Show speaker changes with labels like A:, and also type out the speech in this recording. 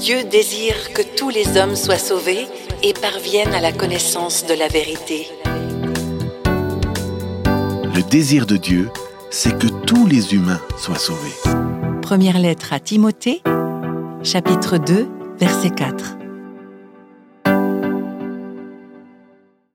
A: Dieu désire que tous les hommes soient sauvés et parviennent à la connaissance de la vérité.
B: Le désir de Dieu, c'est que tous les humains soient sauvés.
C: Première lettre à Timothée, chapitre 2, verset 4.